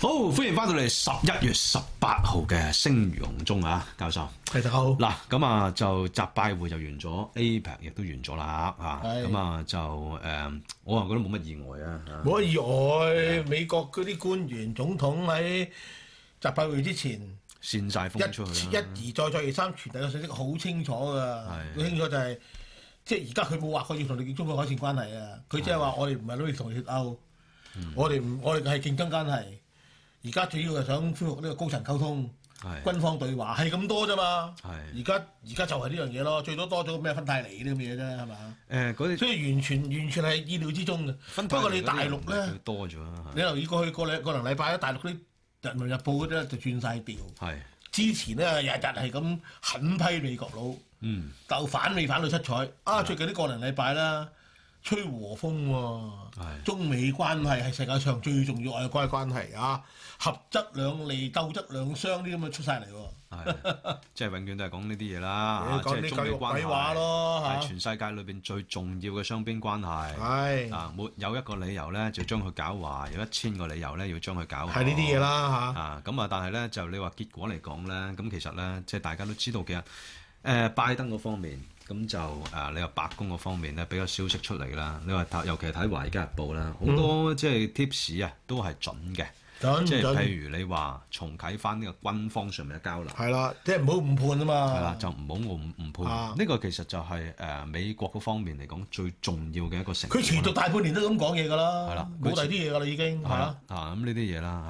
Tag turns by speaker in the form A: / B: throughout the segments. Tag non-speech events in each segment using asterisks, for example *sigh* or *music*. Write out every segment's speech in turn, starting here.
A: 歡迎翻到嚟十一月十八號嘅星如洪鐘啊，教授。
B: 係大家好。
A: 嗱，咁啊就集拜會就完咗，APEC 亦都完咗啦嚇，啊
B: 係
A: 咁啊就誒、我啊覺得冇乜意外啊。啊
B: 冇乜意外，美國嗰啲官員、總統喺集拜會之前
A: 扇晒
B: 一
A: 風出去啊啦，
B: 一而再、再而三傳遞嘅信息好清楚㗎，
A: 係
B: 好清楚就係、即係而家佢冇話過要同你中國改善關係啊，佢即係話我哋唔係努力同你脱歐，
A: 嗯
B: 我哋唔我哋係競爭關係，而家主要係想恢復呢個高層溝通。
A: 係
B: 軍方對話係咁多啫嘛，
A: 係
B: 而家而家就係呢樣嘢咯，最多多咗咩芬太尼呢啲咁嘢啫，係嘛？
A: 誒嗰啲
B: 所以完全完全係意料之中嘅。
A: 分
B: 不
A: 派
B: 過你
A: 嚟嗰啲
B: 大
A: 人
B: 陸咧
A: 佢，多咗啊，
B: 你留意過去個兩個零禮拜咧，啊大陸嗰啲《人民日報》嗰啲咧就轉晒調。
A: 係
B: 之前咧日日係咁狠批美國佬，
A: 嗯
B: 鬥反美反到七彩。啊，最近呢個零禮拜啦，吹和風喎、 *laughs*
A: 係
B: 中美關係係世界上最重要外交關係啊，合則兩利，鬥則兩相啲咁嘅出晒嚟喎。
A: 係，即係永遠都係講呢啲嘢啦，
B: 你
A: 嚇
B: 講
A: 啊即
B: 啲
A: 係中
B: 教
A: 美
B: 育
A: 關
B: 鬼話
A: 係
B: 咯
A: 係
B: 嚇
A: 全世界裏邊最重要嘅雙邊關係。
B: 係
A: 啊，沒有一個理由咧就將佢搞壞，有一千個理由咧要將佢搞好。
B: 係呢啲嘢啦嚇。
A: 啊，咁啊，但係咧就你話結果嚟講咧，咁其實咧即係大家都知道嘅，誒、呃拜登嗰方面，咁就誒、啊你話白宮嗰方面咧比較消息出嚟啦，你話睇尤其係睇華爾街日報啦，好
B: 嗯
A: 多即係 tips 啊都係準嘅，
B: 準
A: 即係
B: 準
A: 譬如你話重啟翻呢個軍方上面嘅交流。
B: 係啦，即係唔好誤判啊嘛。
A: 係啦，就唔好誤誤判。呢、
B: 啊
A: 個其實就係、誒美國嗰方面嚟講最重要嘅一個成果
B: 佢持續大半年都咁講嘢㗎
A: 係啦
B: 啦，
A: 佢
B: 冇第二啲嘢㗎啦已經，係
A: 係啦
B: 啦，，
A: 啊咁呢啲嘢啦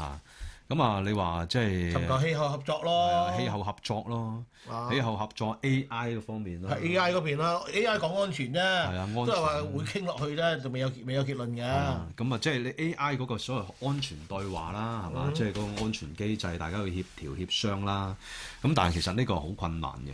A: 嚇，咁啊你話即
B: 尋求
A: 係
B: 氣候合作
A: 誒
B: 咯，
A: 氣候合作咯，
B: 啊
A: 氣候合作 AI 嗰方面咯，
B: 係 A I 嗰邊啦，A I 講安全啫，
A: 啊安全
B: 都係話會傾落去啫，就未有未有結論嘅。
A: 啊咁啊即係你 AI 嗰個所謂安全對話啦，係嘛？
B: 嗯
A: 即係嗰個安全機制，大家去協調協商啦。咁但係其實呢個好困難嘅。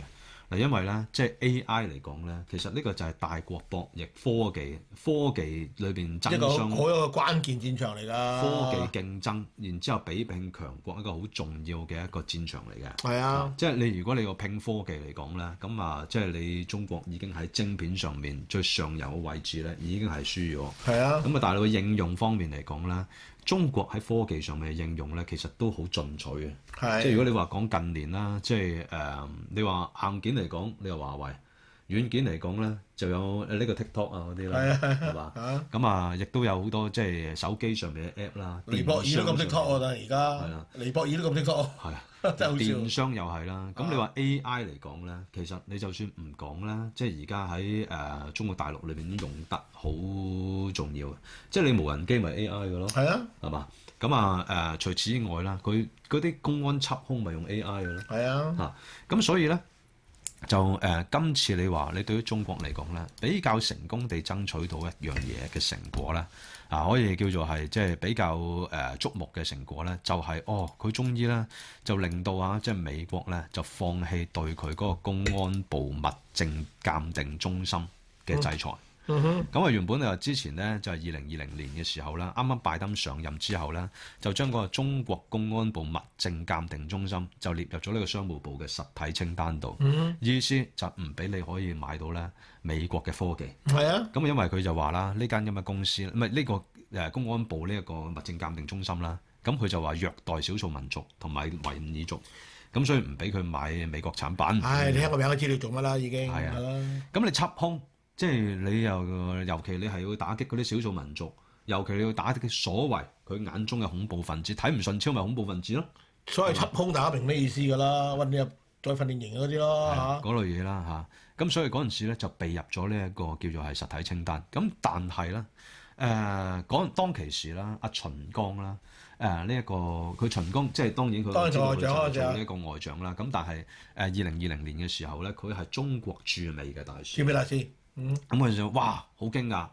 A: 嗱，因為咧，即係 AI 嚟講咧，其實呢個就係大國博弈科技科技裏邊
B: 一
A: 爭
B: 個好啊
A: 相
B: 好一個關鍵戰場嚟㗎。
A: 科技競爭，然之後比拼強國一個好重要嘅一個戰場嚟嘅。
B: 係啊，
A: 即係你如果你個拼科技嚟講咧，咁啊，即係你中國已經喺晶片上面最上游嘅位置咧，已經係輸咗。
B: 係啊，
A: 咁啊，但係佢應用方面嚟講咧，中國喺科技上面嘅應用咧，其實都好進取嘅。即係如
B: 係
A: 果你話講近年啦，即係誒、你話硬件嚟講，你話華為；軟件嚟講咧，就有呢個 TikTok 啊嗰啲啦，係嘛？咁啊，亦都有好多即係手機上面嘅 app 啦，
B: 尼泊爾都咁識
A: 電商上
B: t a
A: 面
B: 啊，而
A: 係
B: 家
A: 啦
B: 尼泊爾都咁識 t，
A: 係啊
B: *laughs* 真係好啊笑
A: 電商又係啦。咁你話 AI 嚟講咧，其實你就算唔講啦，即係而家喺誒中國大陸裏邊都用得好重要嘅，即係你無人機咪 AI 嘅咯，
B: 係啊，
A: 係嘛？咁啊誒，除此以外啦，佢嗰啲公安緝兇咪用 AI 嘅咯。
B: 係啊，
A: 啊，咁所以咧就誒、呃今次你話你對於中國嚟講咧，比較成功地爭取到一樣嘢嘅成果咧，啊，可以叫做係即係比較誒、呃、矚目嘅成果咧，就係、哦，佢終於咧就令到啊，即係美國咧就放棄對佢嗰個公安部物證鑑定中心嘅制裁。
B: 嗯哼，
A: 咁啊，原本你話之前呢，就係二零二零年嘅時候啦，啱啱拜登上任之後呢，就將嗰個中國公安部物證鑑定中心就列入咗呢個商務部嘅實體清單度，意思就唔俾你可以買到呢美國嘅科技。
B: 係啊，
A: 咁因為佢就話啦，呢間咁嘅公司，唔係呢個誒公安部呢一個物證鑑定中心啦，咁佢就話虐待少數民族同埋維吾爾族，咁所以唔俾佢買美國產品。
B: 唉，你聽個名都知道做乜啦，已經
A: 係
B: 係
A: 啊
B: 啦，
A: 咁你緝兇，即係你又尤其你係要打擊嗰啲少數民族，尤其你要打擊所謂佢眼中嘅恐怖分子，睇唔順超咪恐怖分子咯，
B: 所謂緝空打明咩意思㗎啦？韞你入再訓練營嗰啲咯嚇。
A: 嗰類嘢啦嚇。咁所以嗰陣時咧就被入咗呢一個叫做係實體清單。咁但係咧，誒嗰當其時啦，阿秦剛啦，誒呢一個佢秦剛即係當然佢
B: 當然做
A: 我知道佢
B: 外長
A: 就係
B: 啊
A: 做呢一個外長啦。咁但係誒二零二零年嘅時候咧，佢係中國駐美嘅大使。
B: 叫俾大師，嗯，
A: 咁佢就哇好驚訝，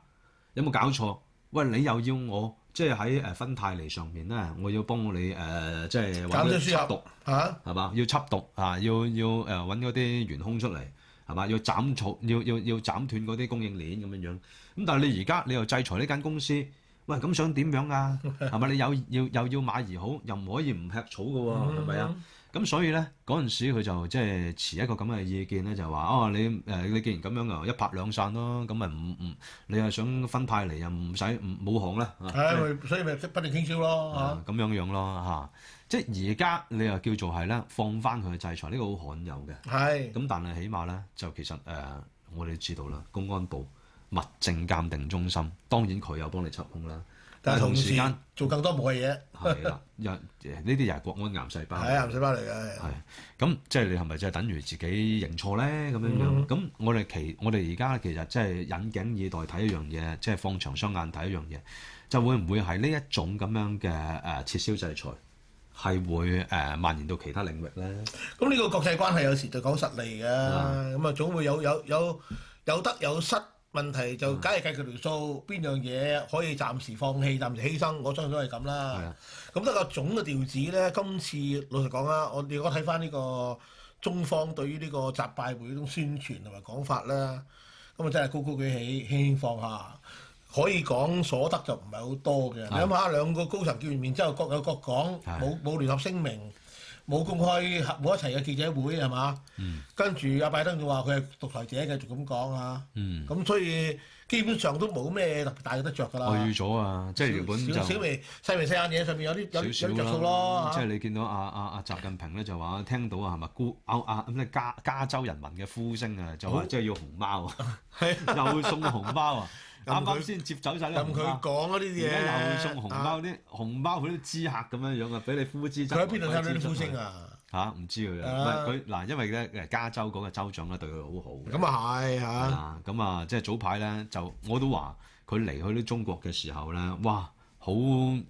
A: 有冇搞錯？喂，你又要我即係喺誒芬太尼上面咧，我要幫你誒、呃即係
B: 減
A: 揾
B: 咗
A: 啲
B: 輸
A: 緝
B: 入
A: 毒
B: 嚇，
A: 係嘛？要緝毒啊，要要誒揾嗰啲元兇出嚟係嘛？要斬草，要要要斬斷嗰啲供應鏈咁樣樣。咁但係你而家你又制裁呢間公司，喂咁想點樣啊？係咪你有要又要馬兒好，又唔可以唔吃草嘅喎、係咪啊？咁所以咧，嗰陣時佢就即係持一個咁嘅意見咧，就話哦，你誒、你既然咁樣啊，一拍兩散咯，咁咪唔唔，你又想分派嚟又唔使唔冇行啦，啊
B: 啊唉，咪所以咪不斷傾銷咯
A: 啊啊咁樣樣咯即係而家你又叫做係咧放翻佢嘅制裁，呢、個好罕有嘅。
B: 係
A: 咁但係起碼咧，就其實誒、呃我哋知道啦，公安部物證鑑定中心，當然佢有幫你緝兇啦，但
B: 但
A: 係
B: 係
A: 同
B: 同
A: 時
B: 時
A: 間
B: 做更多冇嘅嘢，
A: 係啦，又呢啲又係國安癌細胞。
B: 係鹹水包嚟嘅。
A: 係，咁即係你係咪即係等於自己認錯咧？咁樣樣，
B: 嗯
A: 咁、我哋其我哋而家其實即係引頸以待睇一樣嘢，即係放長雙眼睇一樣嘢，就會唔會係呢一種咁樣嘅誒、呃撤銷制裁，係會誒、呃蔓延到其他領域咧？
B: 咁呢個國際關係有時就講實利嘅，咁啊總會有有有有得有失。問題
A: 嗯
B: 就梗係計佢條數，邊樣嘢可以暫時放棄、暫時犧牲，我相信都係咁
A: 係
B: 啦
A: 啊。
B: 咁得個總嘅調子咧，今次老實講啦，我哋如果睇翻呢個中方對於呢個習拜會嗰種宣傳同埋講法啦，咁啊真係高高舉起，輕輕放下，可以講所得就唔係好多嘅。你諗下，兩個高層見完面之後，各有各講，
A: 係
B: 冇冇聯合聲明。冇公開冇一齊嘅記者會係嘛？
A: 嗯
B: 跟住阿拜登就話佢係獨裁者，繼續咁講啊。
A: 嗯，
B: 咁所以基本上都冇咩特別大嘅得着㗎
A: 我
B: 啦
A: 預。咗啊，即係原本就
B: 少少微細微細眼嘢上面有啲有啲
A: 少
B: 有啲着
A: 少
B: 數咯
A: 啦，即係你見到阿阿阿習近平咧就話聽到啊係咪孤歐啊咁你加加州人民嘅呼聲啊，就話即係要熊貓
B: *laughs*
A: 啊，又送熊貓啊，
B: 任
A: 啱
B: 佢
A: 啱先接走晒啲
B: 任
A: 熊
B: 佢
A: 貓。
B: 講嗰啲
A: 而家又
B: 嘢。
A: 送紅
B: 啊
A: 包啲紅包佢啲知客咁樣樣啊，俾你呼之則
B: 佢喺邊度聽到
A: 揮之
B: 啲
A: 則
B: 呼
A: 去
B: 聲？啊？
A: 嚇唔知佢
B: 啊
A: 啊，唔係佢嗱，因為咧誒加州嗰個州長咧對佢好好嘅
B: 咁啊係嚇，
A: 啊，咁啊即係早排咧就我都話佢嚟去啲中國嘅時候咧，哇好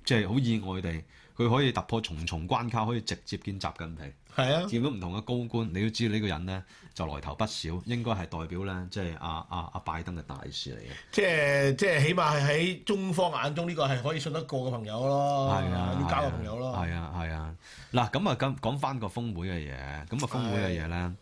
A: 即係好意外地，佢可以突破重重關卡，可以直接見習近平。
B: 係啊，
A: 見到唔同嘅高官，你都知呢個人咧就來頭不少，應該係代表咧即係阿阿阿拜登嘅大事嚟嘅。
B: 即係即係起碼係喺中方眼中呢個係可以信得過嘅朋友咯，
A: 係啊，
B: 要交
A: 係
B: 嘅
A: 啊
B: 朋友咯。
A: 係啊，係啊。嗱，咁啊，咁講翻個峰會嘅嘢，咁啊，峰會嘅嘢咧，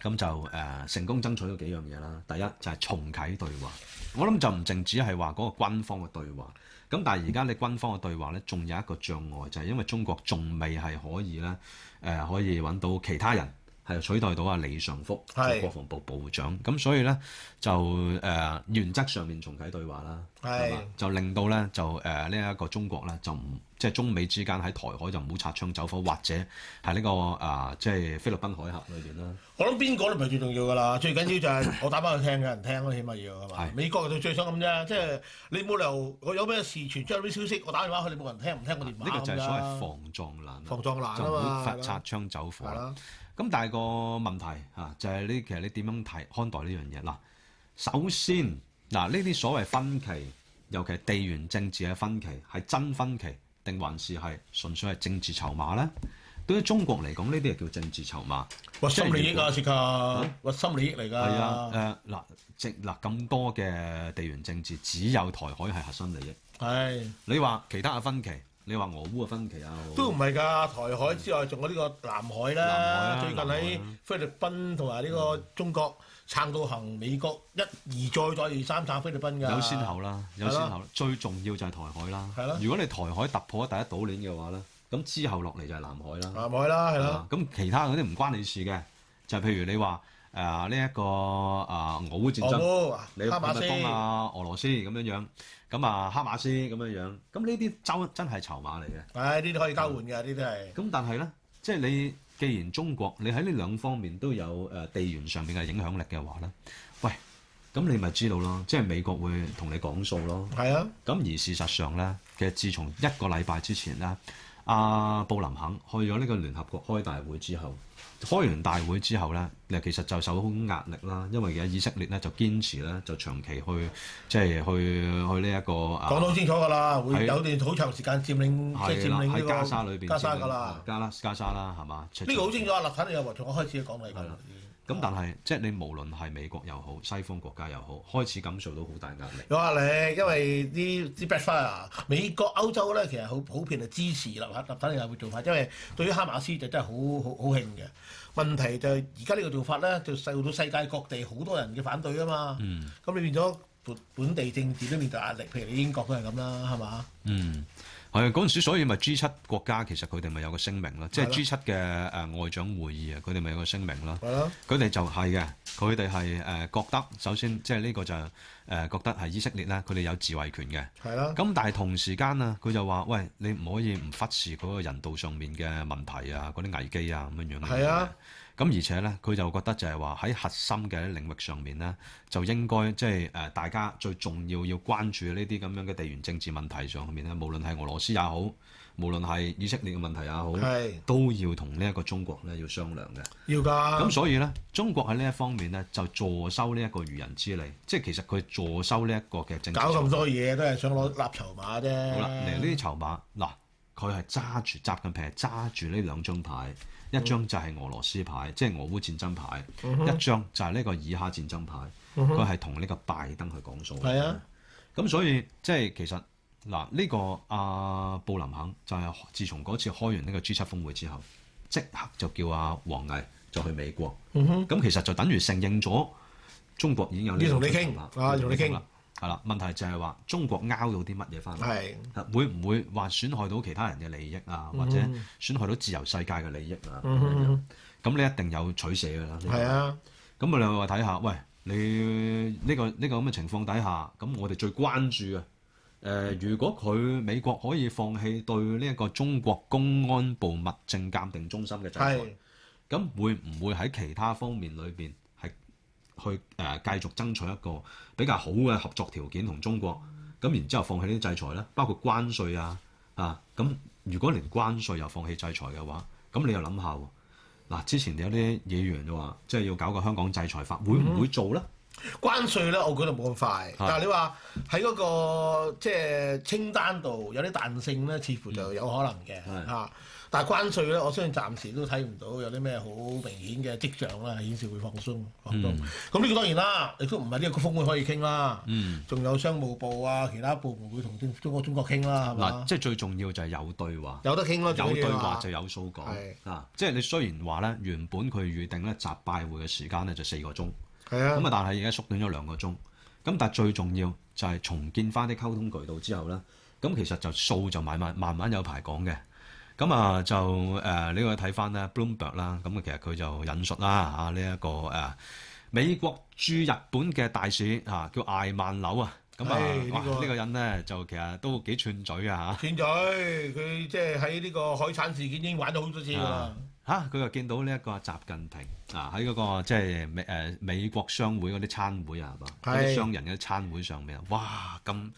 A: 咁就誒、呃成功爭取咗幾樣嘢啦。第一就係重啟對話，我諗就唔淨只係話嗰個軍方嘅對話，咁但係而家你軍方嘅對話咧，仲有一個障礙，就係、因為中國仲未係可以咧誒、呃可以揾到其他人。係取代到阿啊李尚福做
B: 係
A: 國防部部長，咁所以咧就誒、呃原則上面重啟對話啦，
B: 係
A: 係嘛就令到咧就誒呢一個中國咧就唔即係中美之間喺台海就唔好擦槍走火，或者係呢、個啊、即係菲律賓海峽裏邊啦。
B: 我諗邊個都唔係最重要㗎啦，最緊要就係我打翻去聽嘅人聽咯，起碼要係嘛
A: 係？
B: 美國就最想咁啫，即係你冇理由我有咩事傳出有咩消息，我打電話去你冇人聽，唔聽我電
A: 呢、
B: 話
A: 個
B: 咁
A: 就係所謂
B: 啦
A: 防撞欄，
B: 防撞欄啊
A: 就唔好發
B: 嘛，
A: 擦槍走火
B: 係
A: 啦。
B: 啦，
A: 咁但係個問題嚇、啊就係、你其實你點樣睇看待呢樣嘢嗱？首先嗱，呢啲所謂分歧，尤其係地緣政治嘅分歧，係真分歧定還是係純粹係政治籌碼咧？對於中國嚟講，呢啲係叫政治籌碼。
B: 核心利益啊，涉
A: 啊
B: 及核心利益嚟
A: 係啊，
B: 㗎，
A: 誒嗱，政嗱咁多嘅地緣政治，只有台海係核心利益。
B: 係
A: 你話其他嘅分歧，你話俄烏嘅分歧啊，
B: 都唔係㗎。台海之外，仲有呢個南海啦，最
A: 南
B: 近
A: 海啊
B: 喺菲律賓同埋呢個中國撐到行，美國一而再再而三撐菲律賓㗎，
A: 有先後啦，有先後啦。最重要就係台海啦
B: 啊係咯。
A: 如果你台海突破第一島鏈嘅話咧，咁之後落嚟就係南海啦。
B: 南海啦，係啦
A: 啊。咁其他嗰啲唔關你事嘅，就係譬如你話誒呢一個啊俄烏戰爭。
B: 哦，
A: 你
B: 哈
A: 係
B: 馬
A: 咪
B: 斯
A: 幫啊俄羅斯咁樣樣，咁啊哈馬斯咁樣樣，咁呢啲真真係籌碼嚟嘅。
B: 唉，呢啲可以交換嘅，呢啲係
A: 咁但係咧，即係你既然中國你喺呢兩方面都有誒、呃地緣上面嘅影響力嘅話咧，喂，咁你咪知道咯，即係美國會同你講數咯。
B: 係啊，
A: 咁而事實上咧，其實自從一個禮拜之前咧，阿、布林肯去咗呢個聯合國開大會之後，開完大會之後咧，嗱其實就受到好壓力啦，因為而家以色列咧就堅持咧就長期去即係去去呢、一個啊
B: 講得好清楚㗎啦，
A: 係啊
B: 會有段好長時間佔領，
A: 係
B: 即係佔
A: 啦
B: 領呢
A: 喺
B: 個
A: 加沙裏邊
B: 加沙
A: 佔領
B: 㗎啦，
A: 加啦加沙啦係嘛？
B: 呢個好清楚啊！立肯定有話從我開始講嚟
A: 係
B: 㗎
A: 啦，
B: 啊
A: 咁但係即係你無論係美國又好，西方國家又好，開始感受到好大壓力。
B: 有壓力，因為啲啲 backfire，美國歐洲咧其實好普遍係支持立肯立肯定有會做法，因為對於哈馬斯就真係好好好興嘅。問
A: 嗯
B: 題就係而家呢個做法咧，就受到世界各地好多人嘅反對啊嘛。咁、你變咗本本地政治都面對壓力，譬如你英國都係咁啦，係嘛？
A: 嗯，係啊嗰陣時，所以咪 G 七國家其實佢哋咪有個聲明啦，即
B: 係
A: 係
B: 啦
A: G 七嘅誒外長會議啊，佢哋咪有個聲明啦。
B: 係咯，
A: 佢哋就係嘅，佢哋係誒覺得首先即係呢個就誒、覺得係以色列咧，佢哋有自衛權嘅。
B: 係啦，
A: 咁但係同時間啊，佢就話：喂，你唔可以唔忽視嗰個人道上面嘅問題啊，嗰啲危機啊咁樣樣。
B: 係啊。
A: 咁而且咧，佢就覺得就係話喺核心嘅領域上面咧，就應該即係誒大家最重要要關注呢啲咁樣嘅地緣政治問題上面咧，無論係俄羅斯也好，無論係以色列嘅問題也好，
B: 係
A: 都要同呢一個中國咧要商量嘅。
B: 要
A: 咁
B: 㗎，
A: 所以咧，中國喺呢一方面咧就坐收呢一個愚人之利，即係其實佢坐收呢一個嘅政治籌碼。
B: 搞咁多嘢都係想攞立籌碼啫。
A: 好啦，
B: 嗯
A: 嚟呢啲籌碼嗱，佢係揸住習近平係揸住呢兩張牌，一
B: 嗯
A: 張就係俄羅斯牌，即係俄烏戰爭牌；一張就係呢個以哈戰爭牌。佢係同呢個拜登去講數。
B: 嗯係啊，
A: 咁所以即係其實嗱，呢、個阿、布林肯就係自從嗰次開完呢個 G 七峰會之後，即刻就叫阿、王毅就去美國。
B: 嗯哼，
A: 咁其實就等於承認咗中國已經有呢
B: 要
A: 個
B: 同你
A: 需求
B: 傾
A: 啦
B: 啊要同你傾。
A: 係啦，問題就係話中國拗到啲乜嘢翻嚟？
B: 係
A: 啊會唔會話損害到其他人嘅利益啊，或者
B: 嗯
A: 損害到自由世界嘅利益啊？咁、你一定有取捨㗎啦。呢個
B: 係啊，
A: 咁我哋話睇下，喂，你呢、個呢、個咁嘅情況底下，咁我哋最關注嘅，誒、如果佢美國可以放棄對呢一個中國公安部物證鑑定中心嘅制裁，
B: 係
A: 咁會唔會喺其他方面裏邊係去誒、呃、繼續爭取一個比較好嘅合作條件同中國？咁然之後放棄呢啲制裁咧，包括關税啊啊！咁如果連關税又放棄制裁嘅話，咁你又諗下喎？嗱，之前有啲議員就話，即係要搞個香港制裁法，會唔會做咧？
B: 關税咧，我覺得冇咁快。但係你話喺嗰個即係清單度有啲彈性咧，似乎就有可能嘅
A: 嗯係
B: 嚇。但係關税咧，我相信暫時都睇唔到有啲咩好明顯嘅跡象啦，顯示會放鬆。
A: 嗯
B: 廣東咁呢個當然啦，亦都唔係呢個峰會可以傾啦。
A: 嗯，
B: 仲有商務部啊，其他部門會同中中國中國傾啦，係
A: 嗱，
B: 嘛？
A: 即係最重要就係有對話。
B: 有得傾咯，
A: 有
B: 最緊
A: 對
B: 要
A: 話
B: 啊
A: 就有數講
B: 係
A: 啊！即係你雖然話咧，原本佢預定咧集拜會嘅時間咧就四個鐘，
B: 係啊
A: 咁。啊，但係而家縮短咗兩個鐘。咁但係最重要就係重建翻啲溝通渠道之後咧，咁其實就數就慢慢慢慢有排講嘅。咁啊就誒呢個睇翻咧 Bloomberg 啦，咁啊其實佢就引述啦嚇呢一個誒、啊美國駐日本嘅大使啊叫艾曼紐啊，咁啊
B: 唉呢
A: 哇
B: 個
A: 呢個人咧就其實都幾串嘴啊嚇。
B: 斷嘴，佢即係喺呢個海產事件已經玩咗好多次㗎啦。
A: 嚇，佢又見到呢一個習近平啊，喺嗰、個即係美誒、美國商會嗰啲餐會啊，係嘛？
B: 係
A: 嗰啲商人嗰啲餐會上面啊，哇咁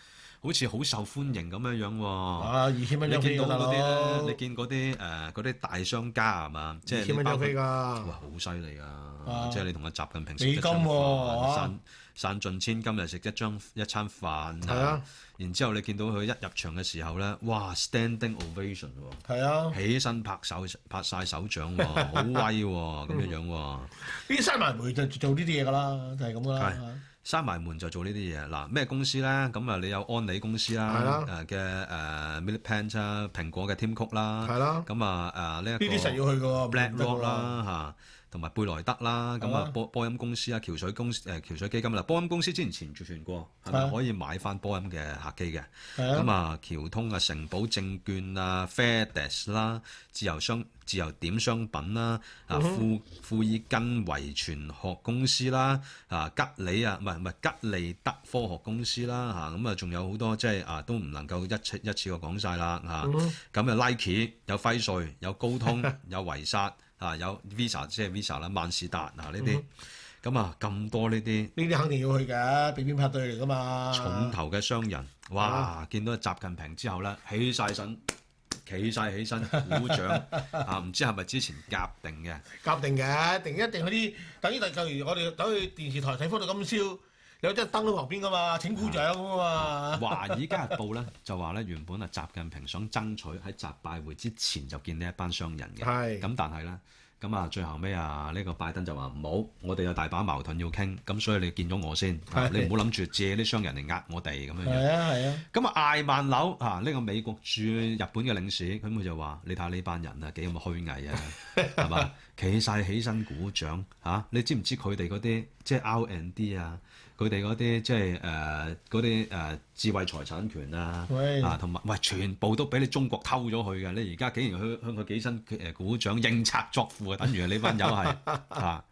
A: 好似好受歡迎咁樣樣喎。
B: 啊，二千蚊
A: 你
B: 張飛
A: 見
B: 㗎
A: 到
B: 大
A: 嗰啲
B: 佬
A: 咧，你，見嗰啲誒嗰啲大商家係嘛？即
B: 二
A: 係
B: 千
A: 你
B: 蚊
A: 包
B: 張
A: 括
B: 飛
A: 哇
B: 㗎。
A: 好犀利啊！即係你同阿習近平食
B: 美
A: 一餐
B: 金喎
A: 飯，
B: 啊
A: 散散盡千金又食一張一餐飯
B: 係啊，
A: 然之後你見到佢一入場嘅時候咧，哇 standing ovation 喎！
B: 係啊，
A: 起身拍手拍晒手掌喎，好威喎，咁樣樣喎，
B: 呢啲閂埋門就做呢啲嘢㗎啦，就係咁㗎
A: 係
B: 啦。
A: 閂埋門就做呢啲嘢。嗱，咩公司咧？咁啊，你有安理公司
B: 係
A: 啦
B: 啦，
A: 誒嘅呃誒 Millipent 啦，蘋啊果嘅 Tim Cook 啦，
B: 係啦
A: 咁啊誒呢
B: 呢
A: 一
B: 啲
A: 個
B: 實要去㗎喎
A: BlackRock，啦嚇，同埋貝萊德啦，咁
B: 係
A: 啊
B: 啊
A: 波波音公司啊，橋水公司誒橋水基金啦，波音公司之前前住傳過，係
B: 係
A: 咪
B: 啊
A: 可以買翻波音嘅客機嘅？
B: 唔得㗎喎係
A: 咁
B: 啊，
A: 啊，橋通啊、城堡證券啊、FedEx 啦、自由商、自由點商品啦、啊富富爾根遺傳學公司啦、啊吉利啊，唔係唔係吉利德科學公司啦嚇，咁啊仲有好多即係啊都唔能夠一次一次過講晒啦嚇。咁啊 Nike 有輝瑞、有高通、有維薩啊、有 Visa 即係 Visa 啦、萬事達啊呢啲，咁啊咁多呢啲。
B: 呢啲肯定要去㗎，避免派對嚟㗎嘛。
A: 重頭嘅商人，
B: 啊
A: 哇！見到習近平之後咧，起晒身，企晒起身，鼓
B: *laughs*
A: 掌啊！唔知係咪之前夾定嘅？
B: 夾定嘅，定一定嗰啲，等於例如我哋走去電視台睇《歡樂今宵》，有隻燈喺旁邊㗎嘛，請鼓掌㗎嘛。
A: 華爾街日報咧就話咧，原本啊習近平想爭取喺習拜會之前就見呢一班商人嘅，
B: 係
A: 咁但係咧。咁啊，最後尾啊，呢、個拜登就話唔好，我哋有大把矛盾要傾，咁所以你見咗我先，啊
B: 係
A: 你唔好諗住借啲商人嚟呃我哋咁樣樣。
B: 係啊係啊。
A: 咁啊，艾曼樓啊，呢、個美國駐日本嘅領事，咁佢就話：你睇下呢班人啊，幾咁虛偽啊，係嘛？企晒起身鼓掌嚇、啊你知唔知佢哋嗰啲即係 R&D 啊，佢哋嗰啲即係誒嗰啲誒智慧財產權啊。
B: 喂，
A: 啊，同埋喂，全部都俾你中國偷咗佢嘅，你而家竟然向向佢幾身誒鼓掌認賊作父啊，等於你班友係啊，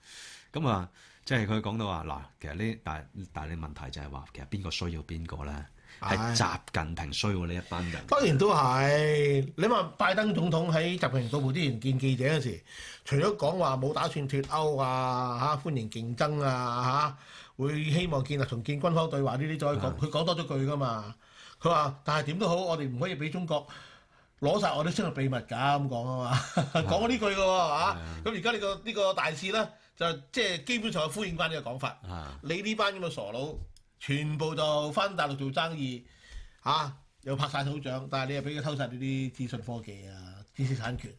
A: 咁啊，即係佢講到話嗱，其實呢，但係但係你問題就係話，其實邊個需要邊個咧？係
B: 唉
A: 習近平需要呢一班人，
B: 當然都係。你話拜登總統喺習近平到埗之前見記者嗰時，除咗講話冇打算脱歐啊、嚇、歡迎競爭啊、嚇、會希望建立重建軍方對話呢啲，再講佢講多咗句噶嘛。佢話：但係點都好，我哋唔可以俾中國攞晒我哋商業秘密㗎咁講啊嘛。 *laughs* 講過呢句㗎喎嚇咁而家呢個呢、個大事咧，就即係基本上係呼應翻呢個講法。
A: 啊，
B: 你呢班咁嘅傻佬，全部就翻大陸做生意嚇、啊又拍晒手掌，但係你又俾佢偷晒呢啲資訊科技啊、知識產權，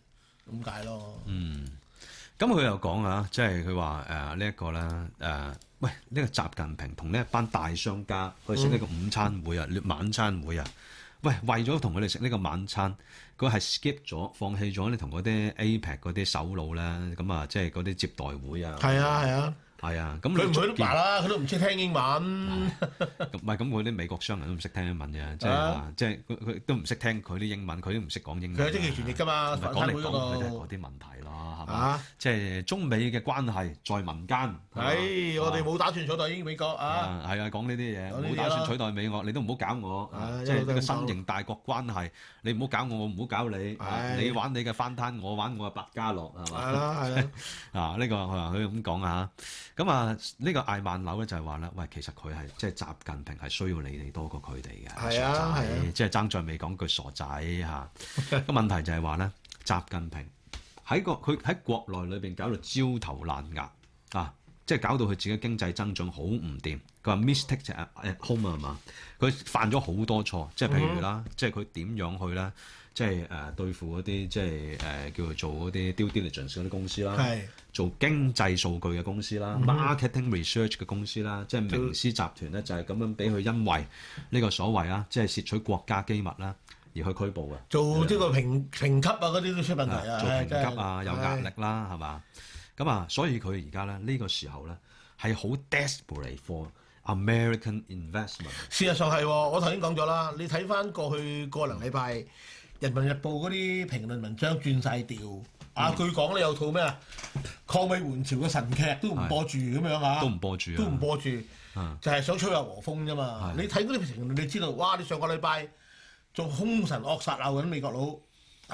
B: 咁解咯。
A: 嗯，咁佢又講啊，即係佢話誒呢一個啦，誒、喂呢、個習近平同呢一班大商家去食呢個午餐會啊、晚餐會啊，喂為咗同佢哋食呢個晚餐，佢係 skip 咗、放棄咗你同嗰啲 APEC 嗰啲首腦啦，咁啊即係嗰啲接待會啊，
B: 係啊係啊，
A: 係啊，咁
B: 佢唔
A: 你嗯
B: 去
A: 逐
B: 都
A: 件
B: 罷啦，佢都唔識聽英文。
A: 咁唔係咁，佢啲美國商人都唔識聽英文嘅，即係
B: 啊
A: 話即係佢佢都唔識聽佢啲英文，佢都唔識講英文
B: 佢
A: 啊。
B: 有職業權益㗎嘛，
A: 唔係
B: 反
A: 講
B: 貪
A: 嚟
B: 會嗰
A: 講去就係
B: 度
A: 嗰啲問題啦，係嘛？
B: 啊。
A: 即係中美嘅關係在民間。係嘛
B: 唉，我哋冇打算取代英美國啊。
A: 啊，係啊，講呢啲嘢，
B: 講呢
A: 唔
B: 啲
A: 好打算取代美國，你都唔好搞我，
B: 啊
A: 啊
B: 一路
A: 即係呢
B: 都
A: 個
B: 咁講
A: 新型大國關係，你唔好搞我，我唔好搞你，啊
B: 唉
A: 你玩你嘅翻攤，我玩我嘅百家樂，係
B: 係
A: 嘛？
B: 啦係啦，
A: 啊，呢個佢話佢咁講啊，咁啊呢個艾曼樓咧就係話啦，喂，其實佢係即係習近平係需要你哋多過佢哋嘅，
B: 係
A: 傻
B: 啊
A: 仔
B: 係啊
A: 即係爭在未講句傻仔嚇。
B: *laughs*
A: 個問題就係話咧，習近平喺個佢喺國內裏邊搞到焦頭爛額啊！即係搞到佢自己經濟增長好唔掂，佢話 mistake 就係 at home 啊係嘛，佢犯咗好多錯，即
B: 嗯
A: 係譬如啦，即係佢點樣去咧，即係誒、呃、對付嗰啲即係誒、呃叫做做嗰啲 due diligence 嗰啲公司啦，
B: 係
A: 做經濟數據嘅公司啦、m
B: 嗯
A: a r k e t i n g research 嘅公司啦，即係明斯集團咧，就係咁樣俾佢因為呢個所謂啊，即係竊取國家機密啦，而去拘捕嘅。
B: 做呢個評評級啊嗰啲都出問題啊。
A: 做
B: 唉
A: 評
B: 真係
A: 級啊，有壓力啦，係嘛？咁啊，所以佢而家咧呢個時候咧係好 desperate for American investment。
B: 事實上係喎，我頭先講咗啦，你睇翻過去個零禮拜《人民日報》嗰啲評論文章轉晒調，啊
A: 嗯
B: 據講你有套咩啊抗美援朝嘅神劇都唔播住咁樣啊，
A: 都唔播住啊
B: 都唔播住，
A: 啊
B: 就係想吹下和風啫嘛。
A: 係
B: 你睇嗰啲評論，你知道，哇！你上個禮拜仲兇神惡煞鬧緊美國佬，突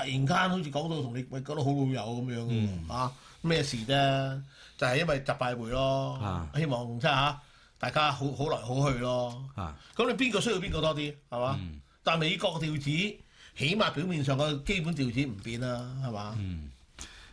B: 然間好似講到同你喂講到好老友咁樣嘅
A: 嗯
B: 喎啊咩事啫？就係因為習拜會咯
A: 啊，
B: 希望即係嚇大家好好來好去咯。
A: 啊！
B: 咁你邊個需要邊個多啲係嘛？
A: 嗯
B: 但係美國嘅調子，起碼表面上個基本調子唔變啦，係嘛？
A: 嗯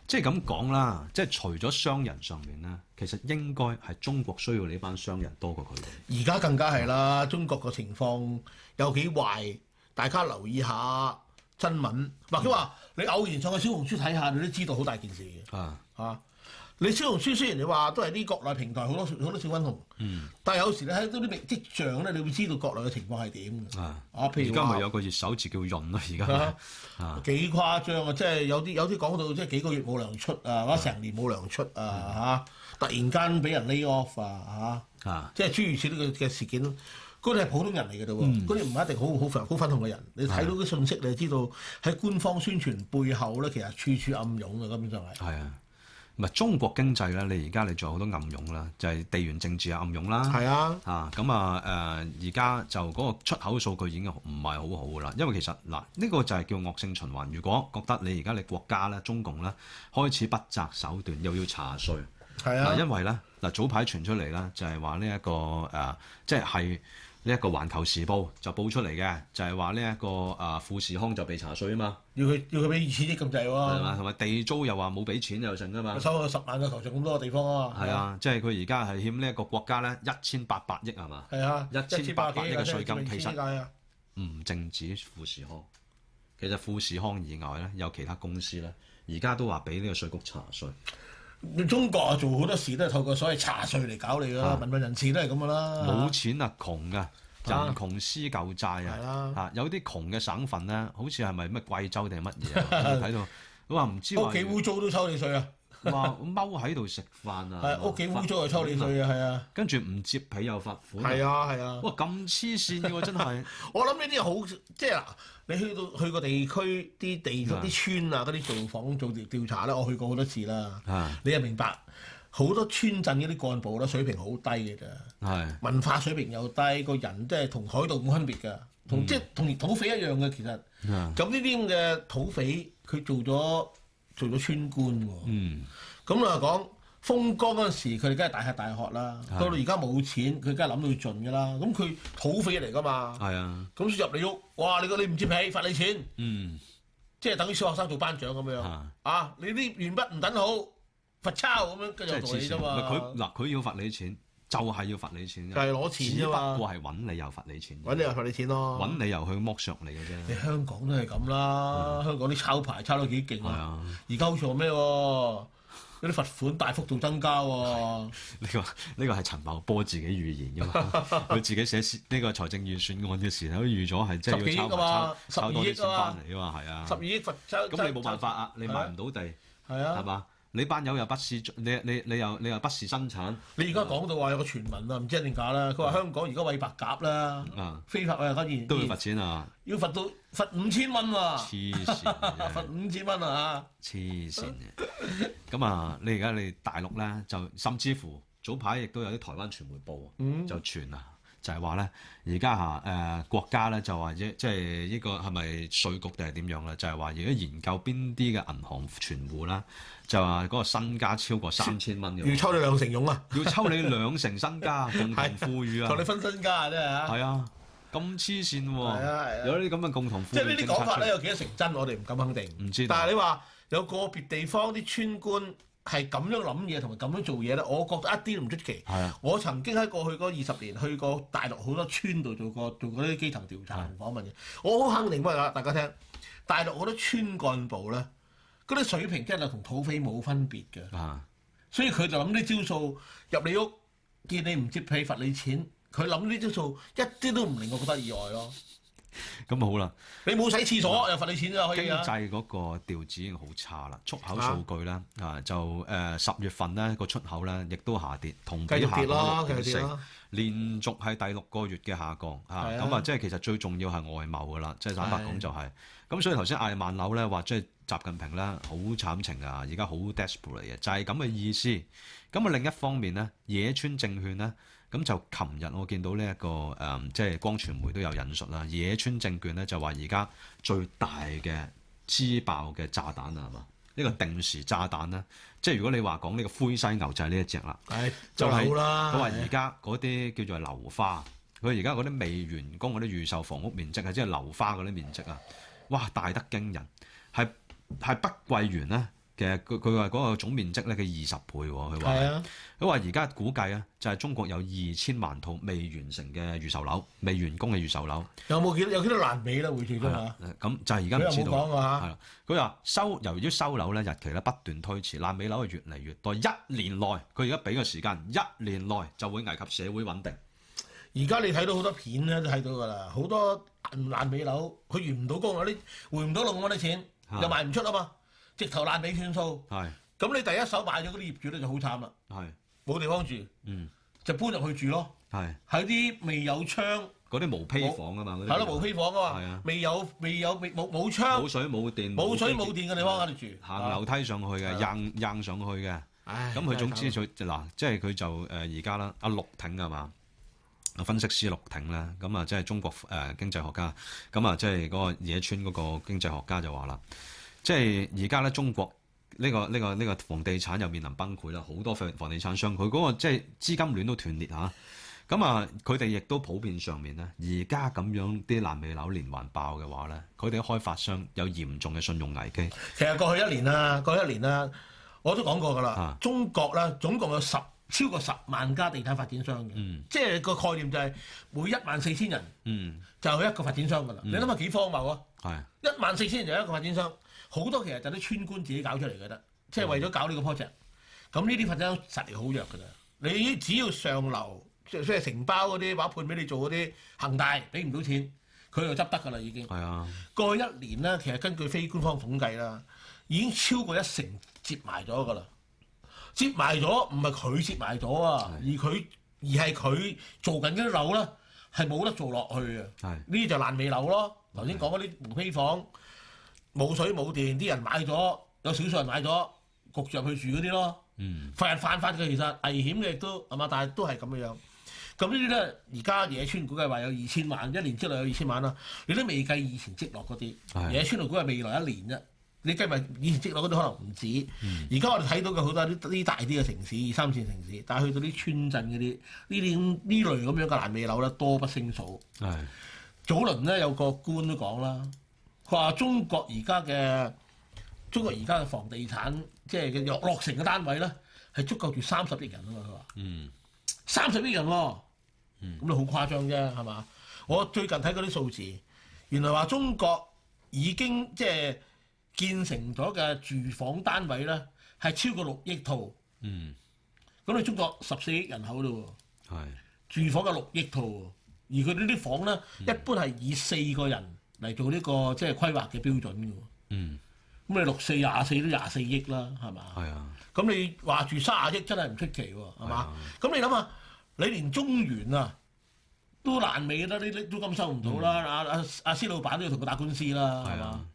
A: 即係咁講啦，即係除咗商人上面咧，其實應該係中國需要呢班商人多過佢哋。
B: 而家、更加係啦，中國個情況有幾壞，大家留意下新聞，或者話
A: 嗯
B: 你偶然上個小紅書睇下，你都知道好大件事嘅。
A: 啊，
B: 啊！你小紅書雖然你話都係啲國內平台好多好多小粉紅，
A: 嗯
B: 但係有時你睇到啲微跡象咧，你會知道國內嘅情況係點嘅。
A: 啊
B: 啊，譬
A: 而
B: 如
A: 家咪
B: 話
A: 有個熱手字叫潤咯，而家啊
B: 幾誇張啊！即係有啲有啲講到即係幾個月冇糧出啊，或者成年冇糧出啊嚇、
A: 嗯
B: 突然間俾人 lay off 啊嚇、
A: 啊
B: 即係諸如此類嘅嘅事件。嗰啲係普通人嚟嘅啫喎，
A: 嗯
B: 嗰啲唔係一定好好粉好粉紅嘅人。你
A: 啊
B: 睇到啲信息，你就知道喺官方宣傳背後咧，其實處處暗湧嘅，根本上係。
A: 係啊，唔係中國經濟咧，你而家你仲有好多暗湧啦，就係、地緣政治嘅暗湧啦。
B: 係啊，
A: 啊，咁啊誒，而家就嗰個出口數據已經唔係好好噶啦，因為其實嗱，呢、個就係叫惡性循環。如果覺得你而家你國家咧、中共咧開始不擇手段，又要查稅，
B: 係
A: 嗱，
B: 啊，
A: 因為咧嗱早排傳出嚟啦，就係話呢一個誒、呃即係係呢一個環球時報就報出嚟嘅，就係話呢一個誒、呃富士康就被查稅啊嘛，
B: 要佢要佢俾二千億咁滯
A: 係啊
B: 喎，
A: 嘛，同埋地租又話冇俾錢又剩噶啊嘛
B: 佢。收咗十萬個球場咁多個地方啊嘛。
A: 係，啊，即係佢而家係欠呢一個國家咧一千八百億係嘛，
B: 係啊，
A: 1800
B: 幾
A: 億嘅稅金
B: 啊
A: 其實
B: 千幾啊
A: 唔淨止富士康，其實富士康以外咧，有其他公司咧，而家都話俾呢個稅局查稅。
B: 中國啊，做好多事都係透過所謂查稅嚟搞你㗎啦，
A: 啊
B: 民運人士都係咁噶啦。
A: 冇錢啊，窮噶，人窮思舊債
B: 係
A: 啊
B: 啦，
A: 嚇有啲窮嘅省
B: *laughs*
A: 份咧，好似係咪咩貴州定係乜嘢啊？我睇到佢話唔知話
B: 屋企污糟都收你税啊！
A: 話踎喺度食飯啊，
B: 係屋企污糟就抽你
A: 罰款啊
B: 税啊，係啊，
A: 跟住唔接皮又罰款。
B: 係
A: 啊，
B: 啊，係啊。
A: 哇咁黐線嘅喎，真
B: *laughs*
A: 係
B: 我諗呢啲好即係嗱，你去到去個地區啲地
A: 係
B: 啲村啊，嗰啲做訪做調調查咧，我去過好多次啦。
A: 係
B: 你又明白好多村鎮嗰啲幹部咧，水平好低嘅咋，
A: 係
B: 文化水平又低，個人即係同海盜冇分別㗎，同、
A: 嗯
B: 即係同土匪一樣嘅其實。
A: 啊
B: 咁呢啲咁嘅土匪，佢做咗做咗村官喎。
A: 嗯
B: 咁我講風光嗰陣時，佢哋梗係大吃大喝啦。
A: 係
B: 到到而家冇錢，佢梗係諗到盡㗎啦。咁佢土匪嚟㗎嘛。
A: 係啊
B: 咁所以入你屋，哇！你個你唔知皮，罰你錢， *laughs*
A: 嗯
B: 即係等於小學生做班長咁樣。
A: 嚇。
B: 啊！你啲鉛筆唔等好，罰抄咁樣，跟
A: 即係
B: 住就同
A: 黐
B: 你
A: 線
B: 啫
A: 唔係佢
B: 嘛。
A: 嗱，佢要罰你錢，就係要罰你錢
B: 就
A: 啫，
B: 係攞錢
A: 只
B: 啫
A: 不
B: 嘛，
A: 過係揾你又罰你錢啫，
B: 揾你又罰你錢咯。
A: 揾你又去剝削你嘅
B: 你 *laughs*
A: 啫，
B: 香港都係咁
A: 嗯
B: 啦，香港啲抄牌抄到幾勁
A: 係
B: 啊！
A: 啊，
B: 而家好似話咩喎？嗰啲罰款大幅度增加喎，
A: 呢個 *laughs* 呢個係陳茂波自己預言噶
B: *laughs*
A: 嘛，佢自己寫詩呢個財政預算案嘅時候都預咗係即
B: 十
A: 係
B: 幾
A: 要
B: 億
A: 抄
B: 㗎嘛
A: 埋抄抄
B: 十二
A: 多啲
B: 億
A: 錢
B: 㗎嘛
A: 翻嚟啊嘛，係啊
B: 十，二億罰抄。
A: 咁你冇辦法啊，你買唔到地
B: 係
A: 係
B: 啊！
A: 嘛？你班友又不是你你你又你又不是生產
B: 你而家講到話有個傳聞啊，唔知真定假啦。佢話香港而家餵白鴿啦，
A: 啊，
B: 非法餵當然
A: 嗯都要罰錢
B: *laughs*
A: 啊！
B: 要罰到罰五千蚊喎，
A: 黐線嘅
B: 罰五千蚊啊！
A: 黐線嘅。咁啊，你而家你大陸咧，就甚至乎早排亦都有啲台灣傳媒報、
B: 嗯
A: 就傳啊，就係話咧，而家啊嚇誒國家咧就話即即係呢個係咪稅局定係點樣啦？就係話而家研究邊啲嘅銀行存戶啦，就話嗰個身家超過三千蚊
B: 要
A: 嘅，
B: 抽你兩成傭啊！
A: 要抽你兩成身
B: *laughs*
A: 家，共同富裕啊
B: 同，你分身家啊，真係啊！
A: 係啊，咁黐線
B: 係啊係
A: 喎，
B: 啊
A: 有啲咁嘅共同富
B: 即係呢
A: 裕
B: 啲
A: 政策
B: 講法
A: 出
B: 咧，
A: 嚟，
B: 有幾多成真，我哋唔敢肯定。
A: 唔知道
B: 但係你話有個別地方啲村官係咁樣諗嘢同埋咁樣做嘢咧，我覺得一啲都唔出奇。
A: 係啊。
B: 我曾經喺過去嗰二十年去過大陸好多村度做過做過啲基層調查
A: 嗯
B: 同訪問嘅，我好肯定乜大家聽，大陸好多村幹部咧，嗰啲水平真係同土匪冇分別嘅，
A: 啊，
B: 所以佢就諗啲招數入你屋，見你唔接屁罰你錢，佢諗呢招數一啲都唔令我覺得意外咯。
A: 咁啊好啦。
B: 你冇洗廁所又罰你錢啦，可
A: 嗯經
B: 以啊。
A: 濟嗰個調子已經好差啦，出口數據啦，啊就誒十月份咧個出口咧亦都下跌，同
B: 繼
A: 比
B: 續
A: 下
B: 跌啦，繼
A: 跌
B: 續跌
A: 成，
B: 啦。
A: 連續係第六個月嘅下降啊！
B: 係啊
A: 咁啊，即係其實最重要係外貿噶啦，即係坦白講
B: 係
A: 就係。咁所以頭先嗌萬柳咧話，即係習近平咧好慘情啊，而家好 desperate 嘅，就係咁嘅意思。咁啊另一方面咧，野村證券咧。咁就琴日我見到呢、一個誒、即係光傳媒都有引述啦。野村證券咧就話而家最大嘅支爆嘅炸彈啊，係嘛？呢、個定時炸彈啦，即係如果你話講呢個灰犀牛就係呢一隻啦。
B: 係
A: 就
B: 就
A: 係
B: 好啦。
A: 佢話而家嗰啲叫做樓花，佢而家嗰啲未完工嗰啲預售房屋面積啊，即係樓花嗰啲面積啊，哇大得驚人，係係北桂園咧嘅佢佢話嗰個總面積咧嘅二十倍喎，佢話
B: 係
A: 係。
B: 啊，
A: 佢話而家估計啊，就係中國有二千萬套未完成嘅預售樓、未完工嘅預售樓。
B: 有冇幾多有幾多爛尾啦？會最終
A: 係
B: 嚇
A: 啦，咁就係而家
B: 啊佢
A: 唔
B: 又
A: 知
B: 冇
A: 道啦。
B: 講啊
A: 係啦，佢話收由於收樓咧日期咧不斷推遲，爛尾樓係越嚟越多。一年內，佢而家俾個時間，一年內就會危及社會穩定。
B: 而家你睇到好多片咧，都睇到㗎啦，好多爛爛尾樓，佢完唔到工啊，啲回唔到路咁啲錢，
A: 係
B: 又賣唔出啊嘛，直頭爛尾算數。
A: 係
B: 咁你第一手買咗嗰啲業主咧就好慘啦，
A: 係
B: 冇地方住，
A: 嗯
B: 就搬入去住咯，
A: 係
B: 喺啲未有窗，
A: 嗰啲無坯房啊嘛，嗰啲
B: 係咯無坯房啊
A: 係啊
B: 嘛，未有未有未冇冇窗
A: 冇水冇電
B: 冇水
A: 飛
B: 冇
A: 機
B: 電嘅地方喺度住，
A: 行樓梯上去嘅，
B: 係啊
A: 硬硬上去嘅。
B: 唉
A: 咁佢
B: 真
A: 總
B: 係啊
A: 之佢嗱，即係佢就誒而家啦，阿陸挺係嘛？啊分析師陸挺啦，咁啊即係中國誒、呃、經濟學家，咁啊即係嗰個野村嗰個經濟學家就話啦，即係而家咧中國呢、個呢、個呢、個房地產又面臨崩潰啦，好多房房地產商佢嗰、個即係資金鏈都斷裂嚇，咁啊佢哋亦都普遍上面咧，而家咁樣啲爛尾樓連環爆嘅話咧，佢哋啲開發商有嚴重嘅信用危機，
B: 其實過去一年啦，過去一年啦，我都講過㗎啦。
A: 啊
B: 中國啦，總共有十超過十萬家地產發展商嘅，
A: 嗯
B: 即係個概念就係每一萬四千人
A: 嗯
B: 就有一個發展商㗎啦。你諗下幾荒謬啊！
A: 係
B: 一萬四千人就有一個發展商，好多其實就啲村官自己搞出嚟嘅啫，即係為咗搞呢個 project。咁呢啲發展商實力好弱㗎啫。你只要上流，即係即係承包嗰啲話判俾你做嗰啲恒大俾唔到錢，佢就執得㗎啦已經。
A: 係啊
B: 過去一年咧，其實根據非官方統計啦，已經超過一成接埋咗㗎啦。接埋咗，唔係佢接埋咗啊，而佢而係佢做緊嗰啲樓咧，係冇得做落去啊。
A: 係
B: 呢啲就爛尾樓咯。頭先講嗰啲無坯房，冇水冇電，啲人買咗，有少數人買咗，焗住入去住嗰啲咯。
A: 嗯
B: 犯犯法嘅其實危險嘅亦都係嘛，但係都係咁樣樣。咁呢啲咧，而家野村估計話有二千萬，一年之內有二千萬啦。你都未計以前積落嗰啲，
A: 係
B: 野村度估係未來一年啫。你計埋以前積落嗰啲可能唔止。而家、我哋睇到嘅好多啲啲大啲嘅城市，二三線城市，但係去到啲村鎮嗰啲，呢啲咁呢類咁樣嘅爛尾樓咧，多不勝數。
A: 係
B: 早輪咧有個官都講啦，佢話中國而家嘅中國而家嘅房地產即係嘅落落成嘅單位咧，係足夠住三十億人啊嘛。佢話
A: 嗯
B: 三十億人喎、咁你好誇張啫，係嘛？我最近睇嗰啲數字，原來話中國已經即係建成咗嘅住房單位咧，係超過六億套。
A: 嗯
B: 咁你中國十四億人口嘞喎。
A: 係
B: 住房嘅六億套喎，而佢呢啲房咧，
A: 嗯
B: 一般係以四個人嚟做呢、個即係規劃嘅標準嘅喎。
A: 嗯
B: 咁你六四廿四都廿四億啦，係嘛？
A: 係啊
B: 咁你話住卅億真係唔出奇喎，係嘛？咁你諗下，你連中原啊都爛尾啦，呢啲租金收唔到啦，阿阿阿施老闆都要同佢打官司啦，係
A: 嗯係
B: 嘛
A: 啊？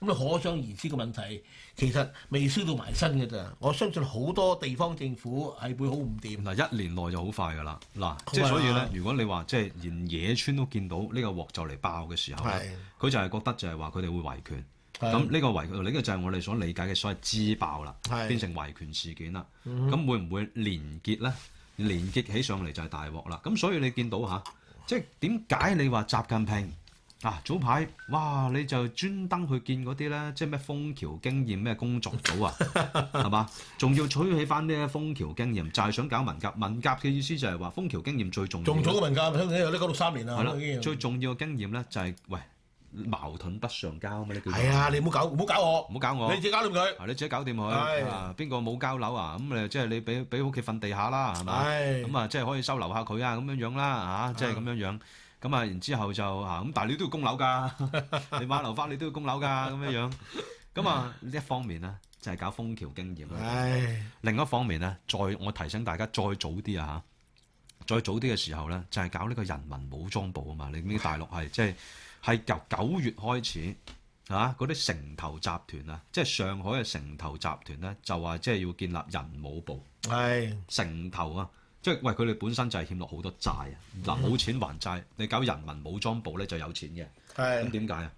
B: 咁你可想而知個問題，其實未燒到埋身嘅咋。我相信好多地方政府係會好唔掂。
A: 嗱一年內就好啊快㗎啦嗱，即係所以咧，如果你話即係連野村都見到呢個鑊就嚟爆嘅時候呢
B: 係
A: 佢就係覺得就係話佢哋會維權。
B: 係
A: 咁呢個維權，呢個就係我哋所理解嘅所謂自爆啦，
B: 係嗯
A: 變成維權事件啦。咁會唔會連結呢？連結起上嚟就係大鑊啦。咁所以你見到吓，即係點解你話習近平啊早排哇你就專登去見嗰啲呢，即係咩風橋經驗咩工作組
B: *laughs*
A: 啊，係嘛？仲要取起翻呢風橋經驗，就係想搞文革。文革嘅意思就係話風橋經驗最重要。
B: 仲早嘅文革，香港有呢個六三年啦，啊
A: 係
B: 已經
A: 啦，最重要嘅經驗咧就係、喂矛盾不上交啊嘛，呢叫做
B: 係啊，你唔好搞，唔好搞我，
A: 唔好搞我
B: 你自己搞掂佢。
A: 啊！你自己搞掂佢
B: 係
A: 啊！邊個冇交樓啊？咁你即係你俾俾屋企瞓地下啦，係嘛？
B: 係
A: 咁啊，即係可以收留下佢啊，咁樣樣啦，嚇，即係咁樣樣。咁啊，然之後就嚇，咁但係你都要供樓㗎， *laughs* 你買樓花你都要供樓㗎，咁樣樣。咁啊，呢一方面咧就係搞風橋經驗啦。
B: 唉，
A: 另一方面咧，再我提醒大家再早啲啊嚇，再早啲嘅時候咧，就係、搞呢個人民武裝部啊嘛。你呢大陸係即係係由九月開始啊，嗰啲城投集團啊，即係上海嘅城投集團咧，就話即係要建立人武部。
B: 係
A: 城投啊，即係喂佢哋本身就係欠落好多債啊，嗱冇錢還債，你搞人民武裝部咧就有錢嘅。咁
B: 係
A: 點解啊？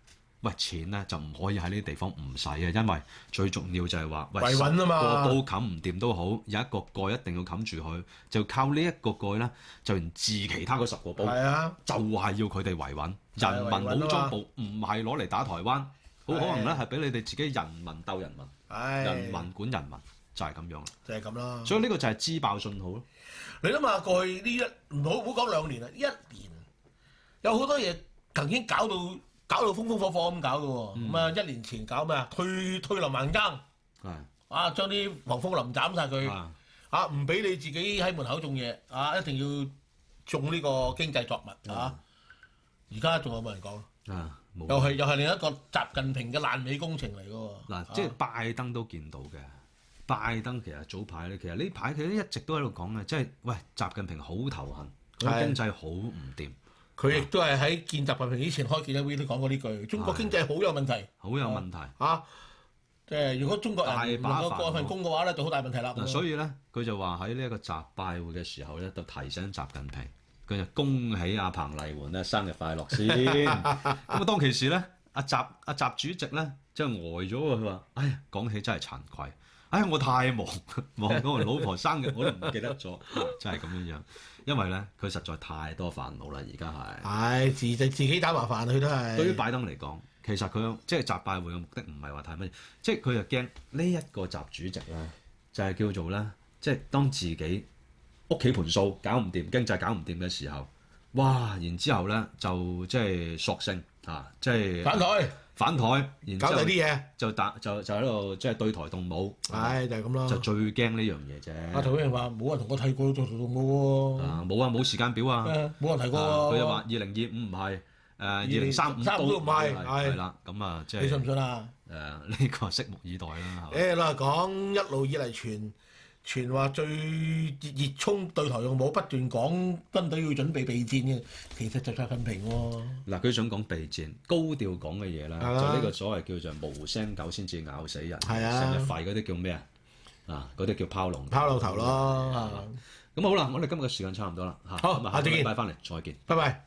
A: 喂，錢咧就唔可以喺呢啲地方唔使嘅，因為最重要就係話，喂，
B: 維穩啊嘛
A: 十個煲冚唔掂都好，有一個蓋一定要冚住佢，就靠呢一個蓋咧，就連治其他嗰十個煲，
B: 係啊，
A: 就係要佢哋維穩。
B: 係
A: 人
B: 維穩啊
A: 民武
B: 嘛
A: 裝部唔係攞嚟打台灣，好可能咧
B: 係
A: 係俾你哋自己人民鬥人民，
B: 唉，
A: 人民管人民就係咁樣啦。
B: 就係咁啦。
A: 所以呢個就係自爆信號咯。
B: 你諗下過去呢一唔好唔好講兩年啦，一年有好多嘢曾經搞到搞到風風火火咁搞嘅喎。咁啊，一年前搞咩啊？退退林萬耕
A: 係
B: 啊，將啲黃蜂林斬晒佢。
A: 啊
B: 啊，唔俾你自己喺門口種嘢，啊，一定要種呢個經濟作物啊！而家仲有冇人講？
A: 啊冇
B: 又係又係另一個習近平嘅爛尾工程嚟嘅喎。啊
A: 嗱，即係拜登都見到嘅。拜登其實早排咧，其實呢排佢一直都喺度講嘅，即係喂習近平好頭痕，佢
B: 係
A: 經濟好唔掂，
B: 佢亦都係喺見習近平之前開記者會都講過呢句：中國經濟好有問題
A: 好有問題。
B: 啊！即係如果中國人唔
A: 大
B: 能
A: 把
B: 夠過份
A: 煩惱
B: 工嘅話咧，就好大問題啦。
A: 嗱，所以咧佢就話喺呢一個習拜會嘅時候咧，就提醒習近平，佢就恭喜阿彭麗媛咧生日快樂先。咁啊，當其時咧，阿習阿習主席咧，即係呆咗喎，佢話：哎呀，講起真係慚愧，哎呀，我太忙， *laughs* 忙到我老婆生日我都唔記得咗，啊真係咁樣樣。因為咧，佢實在太多煩惱啦，而家係。
B: 唉，自就自己打麻煩，啊佢都係
A: 對於拜登嚟講，其實佢即係習拜會嘅目的唔係話太乜嘢，即係佢就驚呢一個習主席咧，就係叫做咧，即係當自己屋企盤數搞唔掂、經濟搞唔掂嘅時候，哇！然之後咧就即係索性啊，即係
B: 反台
A: 反台，然之
B: 搞
A: 後
B: 第啲嘢，
A: 就打就就喺度即係對台動武，
B: 唉，就係咁
A: 就
B: 啦。
A: 最驚呢樣嘢
B: 阿
A: 啫。
B: 陶英話冇人啊同我提過做做做冇喎，
A: 啊，冇啊，冇時間表啊。
B: 誒冇人提過
A: 啊佢
B: 喎
A: 就話：二零二五唔係，誒二零三五
B: 2035都唔係係
A: 係啦。咁啊，即係
B: 你信唔信啊？
A: 呃誒呢個拭目以待啦，係嘛？
B: 誒，老實講，一路以嚟傳傳話最熱衷對台用武，不斷講軍隊要準備備戰嘅，其實就習近平喎、
A: 嗱，佢想講備戰，高調講嘅嘢啦，
B: 係
A: 就
B: 啦
A: 呢個所謂叫做無聲狗先至咬死人，
B: 係啊
A: 成日吠嗰啲叫咩啊？啊，嗰啲叫拋龍
B: 拋漏頭咯，
A: 咁好啦，我哋今日嘅時間差唔多啦，嚇
B: 好
A: 咁啊
B: 下
A: 下
B: 次
A: 個禮
B: 見
A: 拜翻嚟再見。
B: 拜拜。